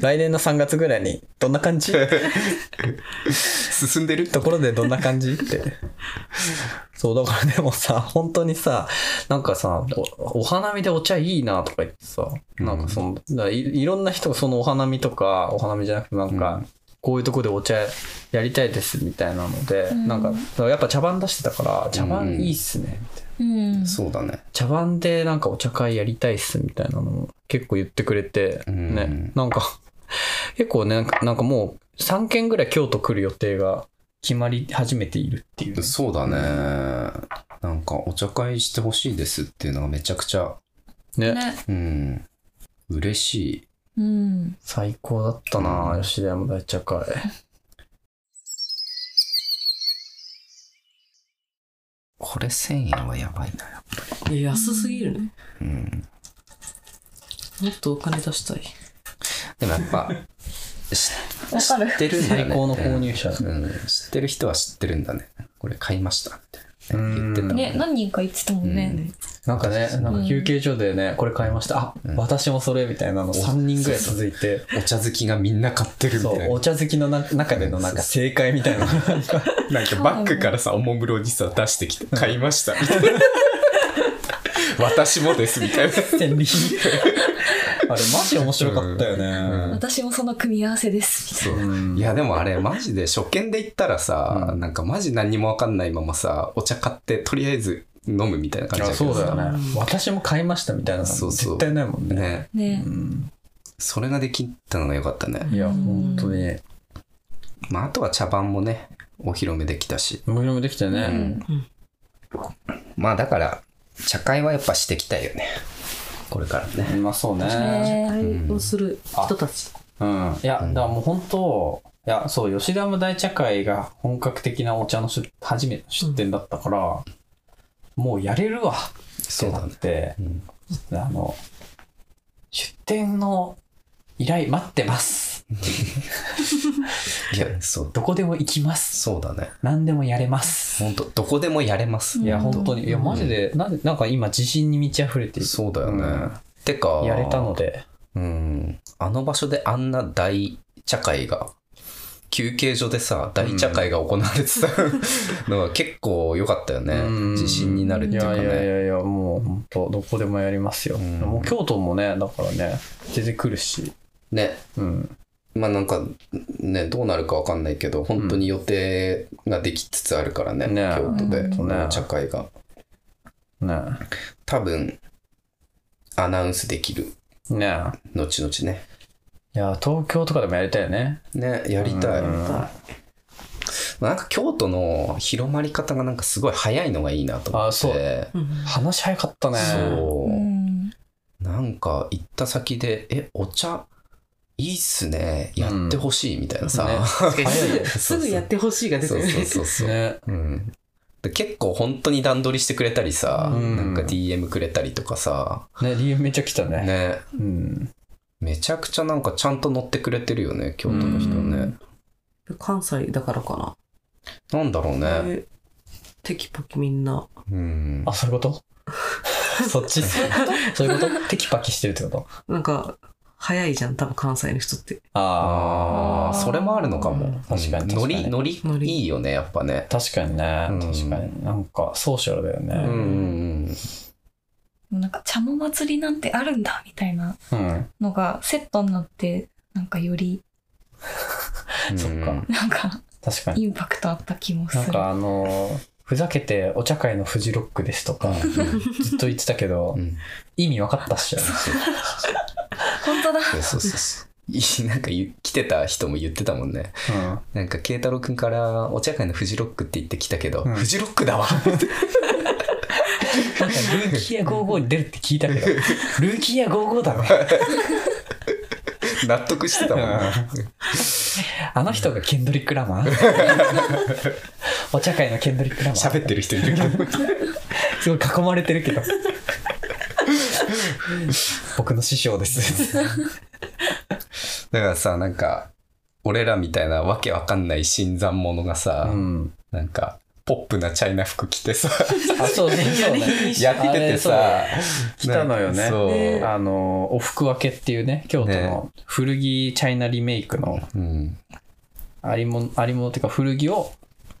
[SPEAKER 2] 来年の3月ぐらいにどんな感じ
[SPEAKER 3] 進んでる
[SPEAKER 2] ところでどんな感じってそうだからでもさ本当にさなんかさおお花見でお茶いいなとか言ってさなんかその、だからいいろんな人がそのお花見とかお花見じゃなくてなんか、こういうとこでお茶やりたいですみたいなので、
[SPEAKER 4] ん
[SPEAKER 2] なんかやっぱ茶番出してたから茶番いいっすねみたいな。
[SPEAKER 4] うん
[SPEAKER 3] そうだね。
[SPEAKER 2] 茶番でなんかお茶会やりたいっすみたいなのも結構言ってくれて、
[SPEAKER 3] うん
[SPEAKER 2] ね、なんか 結構ねなんかなんかもう3軒ぐらい京都来る予定が決まり始めているっていう、
[SPEAKER 3] そうだね。なんかお茶会してほしいですっていうのがめちゃくちゃ、
[SPEAKER 2] ね
[SPEAKER 4] ね
[SPEAKER 3] うん、嬉しい。
[SPEAKER 4] うん
[SPEAKER 2] 最高だったな、
[SPEAKER 3] うん
[SPEAKER 2] 吉田山大茶会
[SPEAKER 3] これ1000円はやばいな。
[SPEAKER 5] いや安すぎるね。
[SPEAKER 3] うん。
[SPEAKER 5] もっとお金出したい。
[SPEAKER 3] でもやっ ぱ、し
[SPEAKER 4] わかる
[SPEAKER 3] 知ってるんだね。
[SPEAKER 2] 最高の購入者、
[SPEAKER 3] うん。うん知ってる人は知ってるんだね。これ買いましたって言ってたもん。
[SPEAKER 4] ね何人か言ってたもんね、
[SPEAKER 2] なんかねなんか休憩所でねこれ買いましたあ、私もそれみたいなの3人ぐらい続いて
[SPEAKER 3] お茶好きがみんな買ってるみ
[SPEAKER 2] そ
[SPEAKER 3] たいうな
[SPEAKER 2] お。茶好きのな中でのなんか正解みた いな
[SPEAKER 3] なんかバッグからさ、おもむろにさ、出してきて、買いました。みたいな私もですみたいな。
[SPEAKER 2] 千里あれマジ面白かったよね、
[SPEAKER 4] 私もその組み合わせですみたい
[SPEAKER 3] そう
[SPEAKER 2] うん
[SPEAKER 3] いやでもあれマジで初見で行ったらさ、なんかマジ何にも分かんないままさお茶買ってとりあえず飲むみたいな感じ
[SPEAKER 2] あ
[SPEAKER 3] だけ
[SPEAKER 2] そ
[SPEAKER 3] ど
[SPEAKER 2] うだよ
[SPEAKER 3] さ
[SPEAKER 2] ね私も買いましたみたいなの
[SPEAKER 3] そうそ
[SPEAKER 2] 絶
[SPEAKER 3] う
[SPEAKER 2] 対ないもんね
[SPEAKER 3] ね
[SPEAKER 4] なね
[SPEAKER 2] うん
[SPEAKER 3] それができたのが良かったね、
[SPEAKER 2] いや本当に
[SPEAKER 3] まあ、あとは茶番もねお披露目できたし
[SPEAKER 2] 無料もできたね、
[SPEAKER 3] まあだから茶会はやっぱしていきたいよねこれから
[SPEAKER 2] う
[SPEAKER 3] ね
[SPEAKER 2] まそうね
[SPEAKER 4] ね
[SPEAKER 5] 対応する人たち。
[SPEAKER 2] うんいやだからもう本当いやそう吉田無大茶会が本格的なお茶の出初めての出店だったから、もうやれるわって
[SPEAKER 3] そう
[SPEAKER 2] な
[SPEAKER 3] だ
[SPEAKER 2] っ
[SPEAKER 3] ね
[SPEAKER 2] て、あの出店の依頼待ってます
[SPEAKER 3] いやそう
[SPEAKER 2] どこでも行きます
[SPEAKER 3] そうだね
[SPEAKER 2] 何でもやれます
[SPEAKER 3] 本当どこでもやれます
[SPEAKER 2] いや本当にいやマジでなんでなんか今自信に満ち溢れてる
[SPEAKER 3] そうだよね、
[SPEAKER 2] うん
[SPEAKER 3] てか
[SPEAKER 2] やれたので
[SPEAKER 3] うん、あの場所であんな大茶会が、休憩所でさ、大茶会が行われてたのが結構良かったよね。自信になるっていうかね。
[SPEAKER 2] いやいやいやもう本当どこでもやりますよ、
[SPEAKER 3] ん
[SPEAKER 2] もう京都もねだからね出てくるし
[SPEAKER 3] ね。
[SPEAKER 2] うん
[SPEAKER 3] まあなんか、ね、どうなるかわかんないけど、本当に予定ができつつあるからね、
[SPEAKER 2] ね
[SPEAKER 3] 京都で、
[SPEAKER 2] うんね
[SPEAKER 3] 茶会が。
[SPEAKER 2] ね
[SPEAKER 3] 多分、アナウンスできる、
[SPEAKER 2] えねえ
[SPEAKER 3] 後々ね。
[SPEAKER 2] いや東京とかでもやりたいよね
[SPEAKER 3] ね、やりたい。
[SPEAKER 2] うん
[SPEAKER 3] まあなんか京都の広まり方がなんかすごい早いのがいいなと思って。
[SPEAKER 2] あそう話早かったね
[SPEAKER 3] そう。
[SPEAKER 4] うん
[SPEAKER 3] なんか行った先で、え、お茶いいっすね。やってほしいみたいなさ。
[SPEAKER 2] ね早いよ
[SPEAKER 5] すぐやってほしいが出て
[SPEAKER 3] そう
[SPEAKER 5] る
[SPEAKER 3] そう
[SPEAKER 5] ね。
[SPEAKER 3] そうそう。
[SPEAKER 2] ね
[SPEAKER 3] うんで結構本当に段取りしてくれたりさ、
[SPEAKER 2] うん
[SPEAKER 3] なんか DM くれたりとかさ、
[SPEAKER 2] ね理由めっちゃ来たね
[SPEAKER 3] ね、
[SPEAKER 2] うん
[SPEAKER 3] めちゃくちゃなんかちゃんと乗ってくれてるよね、京都の人ね。
[SPEAKER 5] 関西だからか
[SPEAKER 3] なんだろう
[SPEAKER 5] な。
[SPEAKER 3] ね。
[SPEAKER 5] テキパキみんな。
[SPEAKER 3] うん
[SPEAKER 2] あ、そういうこと そっちそういうことテキパキしてるってこと
[SPEAKER 5] なんか、早いじゃん、多分関西の人って。
[SPEAKER 3] あーそれもあるのかも。
[SPEAKER 2] 確かに
[SPEAKER 3] う
[SPEAKER 2] 確
[SPEAKER 3] ん
[SPEAKER 2] かに
[SPEAKER 3] ノリ、ノ
[SPEAKER 5] ノ
[SPEAKER 3] リ、
[SPEAKER 5] リ
[SPEAKER 3] いいよね、やっぱね。
[SPEAKER 2] 確かにね、
[SPEAKER 3] うん
[SPEAKER 2] 確かになんかソーシャルだよね
[SPEAKER 3] うんうん
[SPEAKER 4] なんか茶も祭りなんてあるんだみたいな
[SPEAKER 2] うん、
[SPEAKER 4] のがセットになってなんかより
[SPEAKER 3] うん。
[SPEAKER 2] そっか
[SPEAKER 4] なんか
[SPEAKER 2] 確かに
[SPEAKER 4] インパクトあった気もす
[SPEAKER 2] なん
[SPEAKER 4] る。
[SPEAKER 2] かあのーふざけてお茶会のフジロックですとかずっと言ってたけど、
[SPEAKER 3] うん
[SPEAKER 2] 意味分かったっしょ
[SPEAKER 4] 本当だ。
[SPEAKER 3] そうそうそうそうい。なん かゆ来てた人も言ってたもんね。なんか慶太郎くんからお茶会のフジロックって言ってきたけど、
[SPEAKER 2] うん
[SPEAKER 3] フジロックだわ。
[SPEAKER 2] なんかルーキーや55に出るって聞いたけどルーキーや55だね
[SPEAKER 3] 納得してたもんね。
[SPEAKER 2] あの人がケンドリック・ラマーお茶会のケンドリック・ラマー
[SPEAKER 3] 喋ってる人いるけど。
[SPEAKER 2] すごい囲まれてるけど僕の師匠です
[SPEAKER 3] だからさ、なんか、俺らみたいなわけわかんない新参者がさ、
[SPEAKER 2] ん
[SPEAKER 3] なんか、ポップなチャイナ服着てさ、
[SPEAKER 2] あそうねそうね
[SPEAKER 3] やってて
[SPEAKER 2] あ
[SPEAKER 3] さ
[SPEAKER 2] れ、そう来たのよね
[SPEAKER 3] そう。
[SPEAKER 2] あのお服分けっていうね京都の
[SPEAKER 3] ね
[SPEAKER 2] 古着チャイナリメイクの
[SPEAKER 3] うん。
[SPEAKER 2] ありもありものっていうか古着を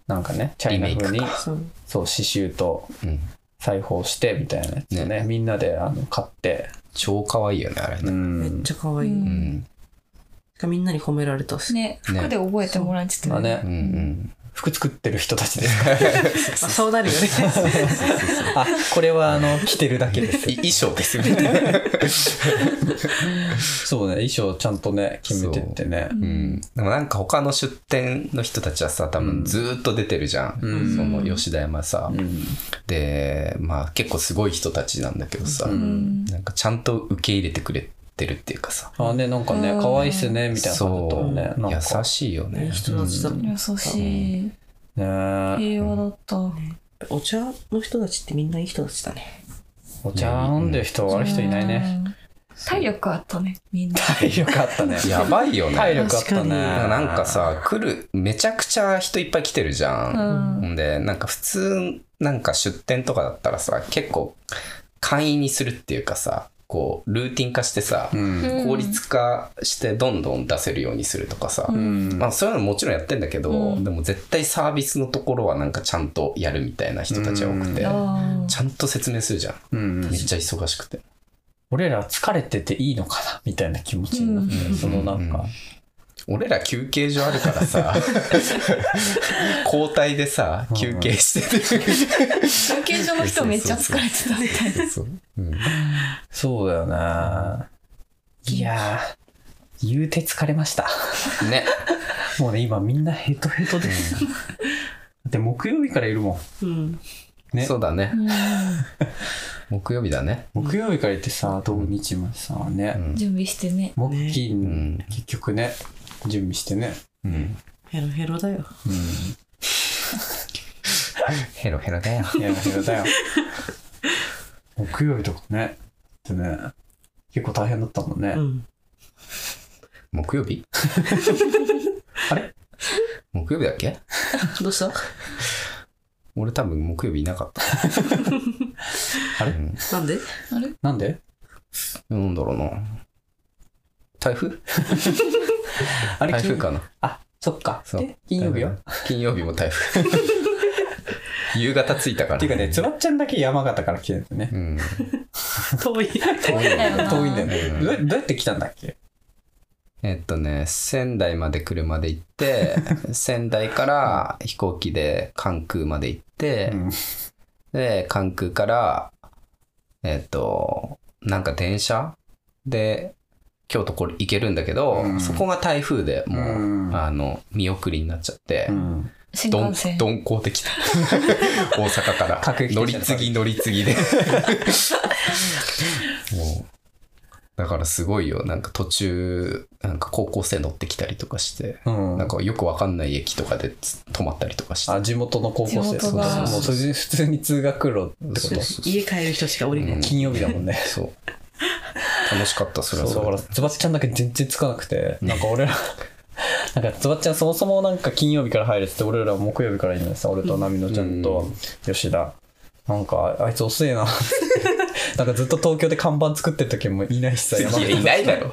[SPEAKER 2] なんかねチャイナ風
[SPEAKER 3] リ
[SPEAKER 2] に
[SPEAKER 5] そう。
[SPEAKER 2] そう刺繍と
[SPEAKER 3] うん
[SPEAKER 2] 裁縫してみたいなやつをね
[SPEAKER 3] ね
[SPEAKER 2] みんなであの買って
[SPEAKER 3] 超可愛いよね、あれ
[SPEAKER 2] う
[SPEAKER 3] ね。
[SPEAKER 5] め
[SPEAKER 2] ん
[SPEAKER 5] っちゃ可愛い。
[SPEAKER 4] う
[SPEAKER 3] うんん。
[SPEAKER 5] しかもみんなに褒められたし。
[SPEAKER 4] ね服で覚えてもらえてた
[SPEAKER 2] ま
[SPEAKER 4] よ
[SPEAKER 2] あね
[SPEAKER 3] うんうん。
[SPEAKER 2] 服作ってる人たちですから
[SPEAKER 5] あそうなるよね。
[SPEAKER 2] あこれはあの着てるだけです
[SPEAKER 3] い衣装ですみたいな。
[SPEAKER 2] そうね衣装ちゃんとね決めてってね
[SPEAKER 3] うん。でもなんか他の出店の人たちはさ、多分ずーっと出てるじゃん。
[SPEAKER 2] うん
[SPEAKER 3] その吉田山さ。
[SPEAKER 2] うん
[SPEAKER 3] でまあ結構すごい人たちなんだけどさ、
[SPEAKER 4] ん
[SPEAKER 3] なんかちゃんと受け入れてくれてるっていうかさ
[SPEAKER 2] あねなんかね
[SPEAKER 4] うん
[SPEAKER 2] 可愛いっすねみたいな感じだった
[SPEAKER 3] そ
[SPEAKER 2] も
[SPEAKER 3] うん
[SPEAKER 2] ねなんか
[SPEAKER 3] 優しいよ
[SPEAKER 5] いい
[SPEAKER 3] ね
[SPEAKER 5] 人たちだ。
[SPEAKER 4] 優しい
[SPEAKER 2] ね
[SPEAKER 4] 平和だった。
[SPEAKER 5] お茶の人たちってみんないい人たちだね。
[SPEAKER 2] お茶飲んでる人悪い人いないね
[SPEAKER 4] うん。体力あったねみんな。
[SPEAKER 2] 体力あったね
[SPEAKER 3] やばいよね
[SPEAKER 2] 体力あったね
[SPEAKER 5] 確か
[SPEAKER 3] なんかさ来るめちゃくちゃ人いっぱい来てるじゃ、
[SPEAKER 4] うんん。
[SPEAKER 3] ほん、でなんか普通なんか出店とかだったらさ結構簡易にするっていうかさこうルーティン化してさ、
[SPEAKER 2] うん
[SPEAKER 3] 効率化してどんどん出せるようにするとかさ、
[SPEAKER 2] うん
[SPEAKER 3] まあ、そういうのもちろんやってんだけど、
[SPEAKER 4] うん
[SPEAKER 3] でも絶対サービスのところはなんかちゃんとやるみたいな人たちが多くて、
[SPEAKER 4] あ
[SPEAKER 3] ちゃんと説明するじゃん
[SPEAKER 2] うん
[SPEAKER 3] めっちゃ忙しくて
[SPEAKER 2] 俺ら疲れてていいのかなみたいな気持ちになって、そのなんか、
[SPEAKER 3] 俺ら休憩所あるから さ交代でさ休憩してて
[SPEAKER 4] あ休憩所の人めっちゃ疲れてたみたいな
[SPEAKER 3] そううん
[SPEAKER 2] そうだよねいやー言うて疲れました
[SPEAKER 3] ね
[SPEAKER 2] もうね今みんなヘトヘトで、 だって木曜日からいるも
[SPEAKER 5] うん。
[SPEAKER 2] ね
[SPEAKER 3] そうだね
[SPEAKER 4] うん
[SPEAKER 3] 木曜日だね
[SPEAKER 2] ん木曜日からいてさ土日もさね、
[SPEAKER 3] うん
[SPEAKER 4] 準備してね
[SPEAKER 2] 木金、
[SPEAKER 3] うん
[SPEAKER 2] 結局ね準備してね
[SPEAKER 3] うん
[SPEAKER 5] ヘロヘロだよ。
[SPEAKER 2] うん
[SPEAKER 3] ヘロヘロだよ
[SPEAKER 2] いやいや だよ木曜日とかねでね結構大変だったもんね、
[SPEAKER 5] うん。
[SPEAKER 3] 木曜日
[SPEAKER 2] あれ
[SPEAKER 3] 木曜日だっけ
[SPEAKER 5] どうした
[SPEAKER 3] 俺多分木曜日いなか った。
[SPEAKER 2] あれ
[SPEAKER 3] うん
[SPEAKER 5] なんで
[SPEAKER 2] なんで
[SPEAKER 3] なんだろうな。台風
[SPEAKER 2] あれ
[SPEAKER 3] 台風
[SPEAKER 2] 金
[SPEAKER 3] かな。
[SPEAKER 2] あそっか
[SPEAKER 3] そう
[SPEAKER 2] で金曜日よ
[SPEAKER 3] 台風金曜日も台風。 夕方着いたから。
[SPEAKER 2] っていうかね、つばっちゃんだけ山形から来てるんだよね。
[SPEAKER 3] うん。
[SPEAKER 5] 遠い。
[SPEAKER 4] 遠いんだよな
[SPEAKER 2] 遠いんだよね。
[SPEAKER 3] うん
[SPEAKER 2] どうどうやって来たんだっけ
[SPEAKER 3] えっとね、仙台まで車で 行って、仙台から飛行機で関空まで行って、
[SPEAKER 2] うん
[SPEAKER 3] で、関空から、えっと、なんか電車で、京都これ行けるんだけど、
[SPEAKER 2] うん
[SPEAKER 3] そこが台風でもう、
[SPEAKER 2] うん
[SPEAKER 3] あの、見送りになっちゃって、
[SPEAKER 2] うん
[SPEAKER 4] 新
[SPEAKER 3] どん
[SPEAKER 4] 幹線
[SPEAKER 3] 鈍行で きた。大阪から。
[SPEAKER 2] 各駅停車
[SPEAKER 3] 乗り継ぎ乗り継 ぎで。もうだからすごいよ。なんか途中、なんか高校生乗ってきたりとかして、
[SPEAKER 2] うん
[SPEAKER 3] なんかよくわかんない駅とかでつ止まったりとかして。
[SPEAKER 2] あ、地元の高校生。
[SPEAKER 4] 地元
[SPEAKER 2] そう
[SPEAKER 4] が
[SPEAKER 2] そうそうもうそれ普通に通学路ってこ
[SPEAKER 3] そうそうそう
[SPEAKER 5] 家帰る人しか降りな
[SPEAKER 2] と。
[SPEAKER 5] い。
[SPEAKER 2] 金曜日だもんね。
[SPEAKER 3] そう。楽しかった、それは
[SPEAKER 2] そう
[SPEAKER 3] そ
[SPEAKER 2] だ
[SPEAKER 3] れ
[SPEAKER 2] か
[SPEAKER 3] で
[SPEAKER 2] ら、つばっちゃんだけ全然つかなくて、なんか俺ら、 なんかつばっちゃんそもそもなんか金曜日から入れてて、俺ら木曜日からいるのにさ、俺となみのちゃんと吉田。なんか、あいつ遅えな。 なんかずっと東京で看板作ってる時もいないしさ、山
[SPEAKER 3] い
[SPEAKER 2] 形
[SPEAKER 3] や、いないだろ。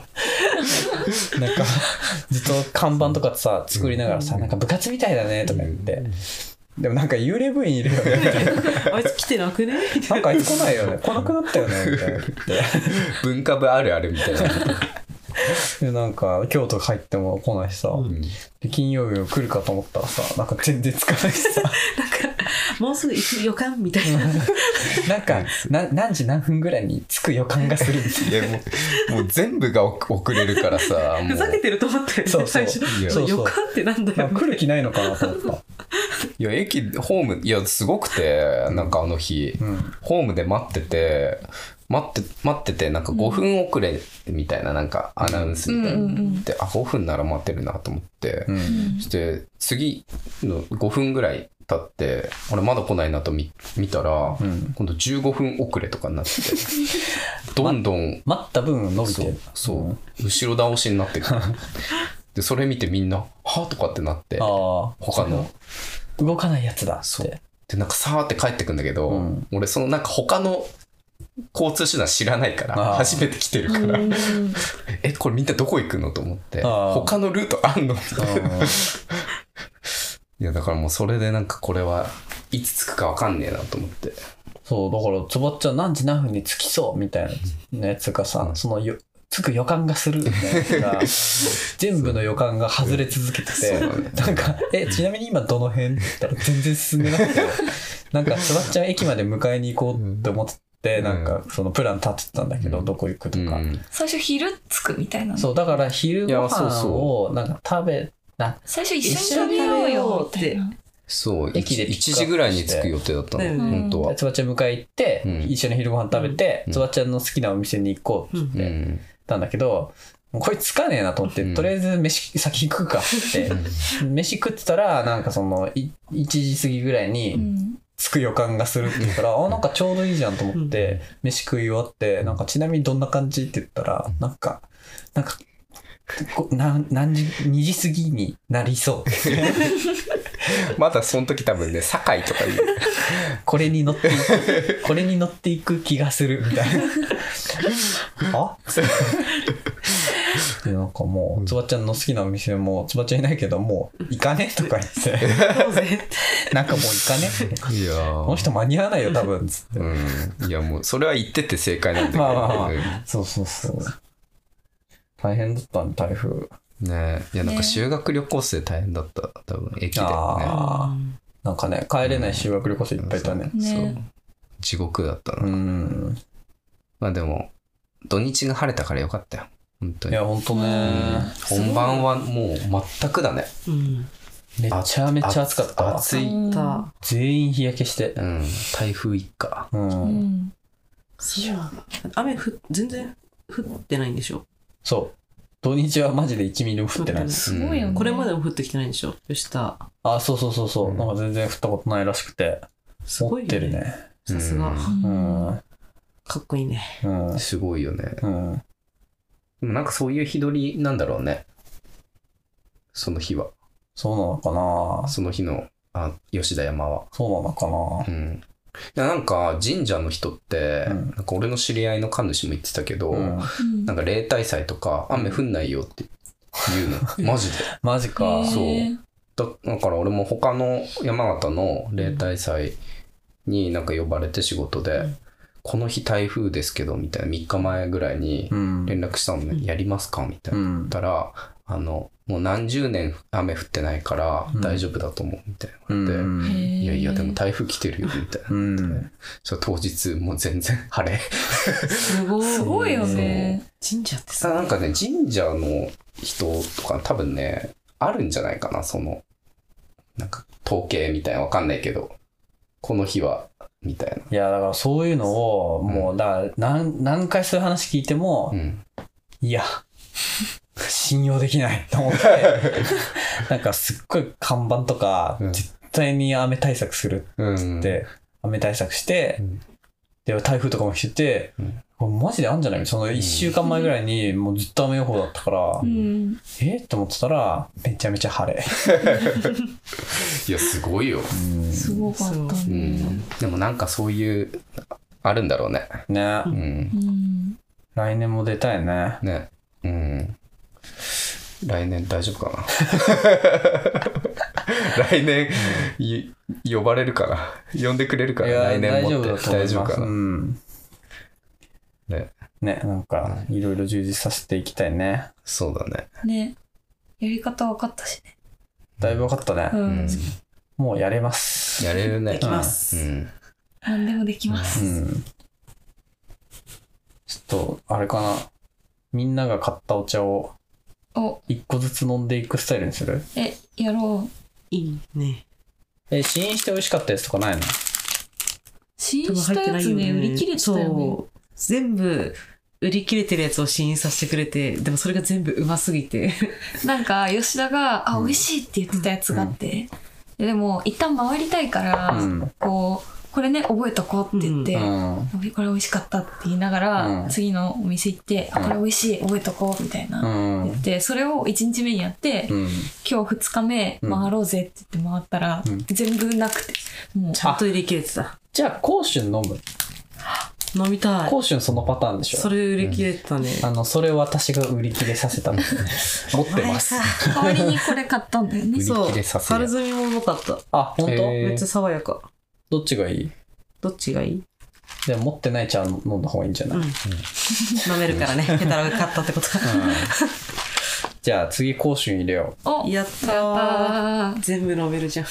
[SPEAKER 2] なんか、ずっと看板とかさ、作りながらさ、なんか部活みたいだねとか言って。でもなんか幽霊部員いるよね。みたいな
[SPEAKER 5] あいつ来てなくね
[SPEAKER 2] なんかあいつ来ないよね。来なくなったよね。みたいな言っ
[SPEAKER 3] 文化部あるあるみたいな。
[SPEAKER 2] て。で、なんか、京都入っても来ないしさ、
[SPEAKER 3] ん
[SPEAKER 2] で金曜日も来るかと思ったらさ、なんか全然つかないし さ、
[SPEAKER 5] もうすぐ行く予感みたいな。
[SPEAKER 2] なんか、な何時何分ぐらいに着く予感がする みたいな。
[SPEAKER 3] いや、もう、もう全部が遅遅れるからさ、も
[SPEAKER 5] ふ
[SPEAKER 3] う
[SPEAKER 5] ざけてると思ったよね、
[SPEAKER 2] そうそう
[SPEAKER 5] 最初
[SPEAKER 3] い。や
[SPEAKER 5] そ
[SPEAKER 2] そ
[SPEAKER 5] う
[SPEAKER 2] うそう
[SPEAKER 5] 予感ってなんだ
[SPEAKER 2] な
[SPEAKER 5] よ
[SPEAKER 2] ん。か来る気ないのかなと思った。
[SPEAKER 3] いや、駅、ホーム、いや、すごくて、なんかあの日、
[SPEAKER 2] ん
[SPEAKER 3] ホームで待ってて、待って、待ってて、なんか5分遅れみたいな、なんかアナウンスみたいな。
[SPEAKER 4] うんうんうん
[SPEAKER 3] で、あ、5分なら待ってるなと思って、
[SPEAKER 2] うん。
[SPEAKER 3] そして、次の5分ぐらい経って、あれ、まだ来ないなと見見たら、
[SPEAKER 2] うん
[SPEAKER 3] 今度15分遅れとかになって、どんどん、
[SPEAKER 2] 待った分伸び
[SPEAKER 3] そ
[SPEAKER 2] て
[SPEAKER 3] う
[SPEAKER 2] る。、
[SPEAKER 3] そう、後ろ倒しになってくる。で、それ見てみんな、はとかってなって、
[SPEAKER 2] ああ、
[SPEAKER 3] 他の
[SPEAKER 2] 動かないやつだって。
[SPEAKER 3] そうでなんかさーって帰ってくんだけど、
[SPEAKER 2] うん
[SPEAKER 3] 俺そのなんか他の交通手段知らないから
[SPEAKER 2] あー
[SPEAKER 3] 初めて来てるからえこれみんなどこ行くのと思って
[SPEAKER 2] あー
[SPEAKER 3] 他のルートあんのみ たいな
[SPEAKER 2] うん
[SPEAKER 3] いやだからもうそれでなんかこれはいつ着くかわかんねえなと思って
[SPEAKER 2] そう、だから、つばっちゃん何時何分に着きそうみたいなやつがさ、そのよ、着く予感がするみたいなやつが、 全部の予感が外れ続けてて、なんか、え、ちなみに今どの辺って言ったら全然進んでな くて、なんか、つばっちゃん駅まで迎えに行こうって思って、
[SPEAKER 3] ん
[SPEAKER 2] なんか、そのプラン立てたんだけど、
[SPEAKER 3] うん
[SPEAKER 2] どこ行くと
[SPEAKER 3] とか、
[SPEAKER 2] か。
[SPEAKER 4] 最初昼着くみたいなの
[SPEAKER 2] そう、だから昼ご
[SPEAKER 3] いやそう
[SPEAKER 2] 飯
[SPEAKER 3] そ
[SPEAKER 2] を、なんか食べ、な、
[SPEAKER 4] 最初一緒に食べようよみたいな
[SPEAKER 3] そう
[SPEAKER 2] 駅でピックアッ
[SPEAKER 3] 1
[SPEAKER 2] プして
[SPEAKER 3] 時ぐらいに着く予定だったの、
[SPEAKER 5] だよね
[SPEAKER 3] 本当は、
[SPEAKER 2] つばっちゃん迎え行って、
[SPEAKER 3] うん
[SPEAKER 2] 一緒に昼ご飯食べて、
[SPEAKER 3] うん
[SPEAKER 2] つばっちゃんの好きなお店に行こうって言って、
[SPEAKER 3] うん
[SPEAKER 2] ったんだけど、もうこれつかねえなと思って、
[SPEAKER 3] うん
[SPEAKER 2] とりあえず飯先食うかって、飯食ってたら、なんかその、い1時過ぎぐらい
[SPEAKER 4] うん
[SPEAKER 2] に着く予感がするって言うから、あ、なんかちょうどいいじゃんと思って、飯食い終わって、なんかちなみにどんな感じって言ったら、なんか、なんか、こなん何時、2時過ぎになりそう。
[SPEAKER 3] まだその時多分ね堺 とかいう
[SPEAKER 2] これに乗っていく、これに乗っていく気がする、みたいな。はでなんかもう、つばちゃんの好きなお店も、つばちゃんいないけど、もう行かねとか言 って、
[SPEAKER 5] そうぜ
[SPEAKER 2] なんかもう行かね
[SPEAKER 3] いやー
[SPEAKER 2] この人間に合わないよ、多分、つって。
[SPEAKER 3] うん。いや、もう、それは言ってて正解なんだけど。
[SPEAKER 2] まあまあまあ
[SPEAKER 3] うん
[SPEAKER 2] そうそうそう。大変だったね、台風。
[SPEAKER 3] ねえ。いや、なんか
[SPEAKER 4] ね
[SPEAKER 3] 修学旅行生大変だった。多分、駅でね。
[SPEAKER 2] ああ。なんかね、帰れない修学旅行生いっぱいいたね。
[SPEAKER 3] そう
[SPEAKER 4] ね。
[SPEAKER 3] 地獄だったな。
[SPEAKER 2] うん。
[SPEAKER 3] まあでも、土日が晴れたからよかったよ。本当
[SPEAKER 2] い
[SPEAKER 3] に。
[SPEAKER 2] や、ほんとね。
[SPEAKER 3] 本番はもう全くだね。
[SPEAKER 5] うん
[SPEAKER 2] めちゃめちゃ暑かったわ。
[SPEAKER 3] 暑い。う
[SPEAKER 4] うん
[SPEAKER 5] だ
[SPEAKER 2] 全員日焼けして。
[SPEAKER 3] ん。台風一過。
[SPEAKER 2] う。
[SPEAKER 4] うんん。
[SPEAKER 5] そうなんだ雨ふ全然降ってないんでしょ
[SPEAKER 2] そう。土日はマジで1ミリも降ってないです。
[SPEAKER 4] すごいよ
[SPEAKER 3] う
[SPEAKER 4] ね。
[SPEAKER 3] ん
[SPEAKER 5] これまでも降ってきてないんでしょ吉田
[SPEAKER 2] あ、そうそうそうそうう。
[SPEAKER 3] ん
[SPEAKER 2] なんか全然降ったことないらしくて。
[SPEAKER 5] すご
[SPEAKER 2] 持
[SPEAKER 5] い
[SPEAKER 2] っ
[SPEAKER 5] よ
[SPEAKER 2] てる
[SPEAKER 5] ね
[SPEAKER 2] ね。
[SPEAKER 5] さすが
[SPEAKER 2] う
[SPEAKER 3] う
[SPEAKER 4] うん
[SPEAKER 2] ん。うん。
[SPEAKER 5] かっこいいね
[SPEAKER 3] すごいよね。
[SPEAKER 2] うん。
[SPEAKER 3] でもなんかそういう日取りなんだろうね。その日は。
[SPEAKER 2] そうなのかな
[SPEAKER 3] その日の、あ、吉田山は。
[SPEAKER 2] そうなのかな
[SPEAKER 3] うん。いやなんか神社の人って、
[SPEAKER 2] うん
[SPEAKER 3] なんか俺の知り合いの神主も言ってたけど、
[SPEAKER 2] うん
[SPEAKER 4] うん
[SPEAKER 3] なんか例大祭とか雨降んないよって言うの。マジで。
[SPEAKER 2] マジか
[SPEAKER 4] へー。
[SPEAKER 3] そうだだから俺も他の山形の例大祭になんか呼ばれて仕事で、
[SPEAKER 5] うん
[SPEAKER 3] この日台風ですけどみたいな3日前ぐらいに
[SPEAKER 2] うん。
[SPEAKER 3] 連絡したのね、
[SPEAKER 5] うん
[SPEAKER 3] やりますかみたいうな。言っ
[SPEAKER 2] ん。
[SPEAKER 3] たら、あの、もう何十年雨降ってないから
[SPEAKER 2] うん
[SPEAKER 3] 大丈夫だと思うみたいな。
[SPEAKER 2] うん
[SPEAKER 3] で
[SPEAKER 2] うん。
[SPEAKER 3] いやいや、でも台風来てるよみたいな。
[SPEAKER 2] うん。
[SPEAKER 3] そう当日もう全然晴れ。
[SPEAKER 5] すごい
[SPEAKER 4] すごいよね。
[SPEAKER 5] 神社って
[SPEAKER 3] さ
[SPEAKER 5] さ
[SPEAKER 3] なんかね神社の人とか多分ねあるんじゃないかなそのなんか統計みたいなわかんないけどこの日はみたいな。
[SPEAKER 2] いや、だからそういうのを、もう、だから、何、何回そういう話聞いても
[SPEAKER 3] う、ん、
[SPEAKER 2] い や、信用できないと思って、なんかすっごい看板とか、
[SPEAKER 3] うん
[SPEAKER 2] 絶対に雨対策する
[SPEAKER 3] うん、
[SPEAKER 2] っ、て、雨対策して、
[SPEAKER 3] うん
[SPEAKER 2] で、台風とかも来てて、
[SPEAKER 3] うん
[SPEAKER 2] これマジであんじゃないその1週間前ぐらいにもうずっと雨予報だったから、
[SPEAKER 4] うん。
[SPEAKER 2] えっと思ってたら、めちゃめちゃ晴れ。
[SPEAKER 3] いやすごいよ、
[SPEAKER 4] すごかった
[SPEAKER 3] う
[SPEAKER 4] ね。
[SPEAKER 3] ん、でもなんかそういうあるんだろうね
[SPEAKER 2] ね
[SPEAKER 3] う、
[SPEAKER 4] うんん。
[SPEAKER 2] 来年も出たいね。
[SPEAKER 3] ねうん来年大丈夫 かな来年、い呼ばれるかな呼んでくれるか
[SPEAKER 2] い
[SPEAKER 3] な
[SPEAKER 2] や、
[SPEAKER 3] 来年
[SPEAKER 2] 大丈
[SPEAKER 3] も
[SPEAKER 2] 夫だ
[SPEAKER 3] って
[SPEAKER 2] と思い
[SPEAKER 3] 大
[SPEAKER 2] ます。
[SPEAKER 3] 丈夫かな、
[SPEAKER 2] うん。
[SPEAKER 3] ね
[SPEAKER 2] ね、なんか、いろいろ充実させていきたいね。
[SPEAKER 3] そうだね
[SPEAKER 4] ね。やり方分かったしね。
[SPEAKER 2] だいぶ分かったね。
[SPEAKER 4] う
[SPEAKER 3] うん
[SPEAKER 4] ん。
[SPEAKER 2] もうやれます。
[SPEAKER 3] やれるね。
[SPEAKER 5] できます
[SPEAKER 3] うん。
[SPEAKER 4] 何でもできま
[SPEAKER 2] う
[SPEAKER 4] す。
[SPEAKER 2] ん。ちょっと、あれかな。みんなが買ったお茶を
[SPEAKER 4] お、
[SPEAKER 2] 一個ずつ飲んでいくスタイルにする
[SPEAKER 4] え、やろう。
[SPEAKER 5] いいね
[SPEAKER 2] え、試飲して美味しかったやつとかないの
[SPEAKER 4] 試飲
[SPEAKER 5] 多分
[SPEAKER 4] し
[SPEAKER 5] 入ったて
[SPEAKER 4] や
[SPEAKER 5] ない
[SPEAKER 4] つ
[SPEAKER 5] よ
[SPEAKER 4] ね、売り切れてたよね。
[SPEAKER 5] そう全部売り切れてるやつを試飲させてくれてでもそれが全部うますぎて
[SPEAKER 4] なんか、吉田が、あ、美味しいって言ってたやつがあって。ででも、一旦回りたいから、
[SPEAKER 2] うん。
[SPEAKER 4] こう、これね、覚えとこうって言って、
[SPEAKER 2] うん。
[SPEAKER 4] これ美味しかったって言いながら、
[SPEAKER 2] うん
[SPEAKER 4] 次のお店行って、あ、
[SPEAKER 2] うん
[SPEAKER 4] これ美味しい、覚えとこうみたいな。
[SPEAKER 2] うん。
[SPEAKER 4] 言ってそれを1日目にやって、
[SPEAKER 2] うん。
[SPEAKER 4] 今日2日目
[SPEAKER 2] うん
[SPEAKER 4] 回ろうぜって言って回ったら、
[SPEAKER 2] うん
[SPEAKER 4] 全部なくてもう
[SPEAKER 5] ちゃんと売り切れてた
[SPEAKER 2] じゃあ、甲春飲む。
[SPEAKER 5] 飲みたい
[SPEAKER 2] 甲春そのパターンでし
[SPEAKER 5] そ
[SPEAKER 2] ょ
[SPEAKER 5] れ売り切れてたね、
[SPEAKER 2] あの、それ私が売り切れさ せたんで持ってます。
[SPEAKER 4] 代わりにこれ買ったんだよね
[SPEAKER 3] 売り
[SPEAKER 5] そ
[SPEAKER 3] 切
[SPEAKER 5] う
[SPEAKER 3] れさせる
[SPEAKER 5] 樽摘みもうまかった
[SPEAKER 2] あ、本当？
[SPEAKER 3] へー
[SPEAKER 5] めっちゃ爽やか
[SPEAKER 2] どっちがいい
[SPEAKER 5] どっちがいい
[SPEAKER 2] じゃあ持ってない茶飲んだ方がいいんじゃない、
[SPEAKER 5] うん飲めるから ねペタラが買ったってこと
[SPEAKER 2] じゃあ次、甲春入れよ
[SPEAKER 4] お
[SPEAKER 5] やったー
[SPEAKER 4] あー
[SPEAKER 5] 全部飲めるじゃん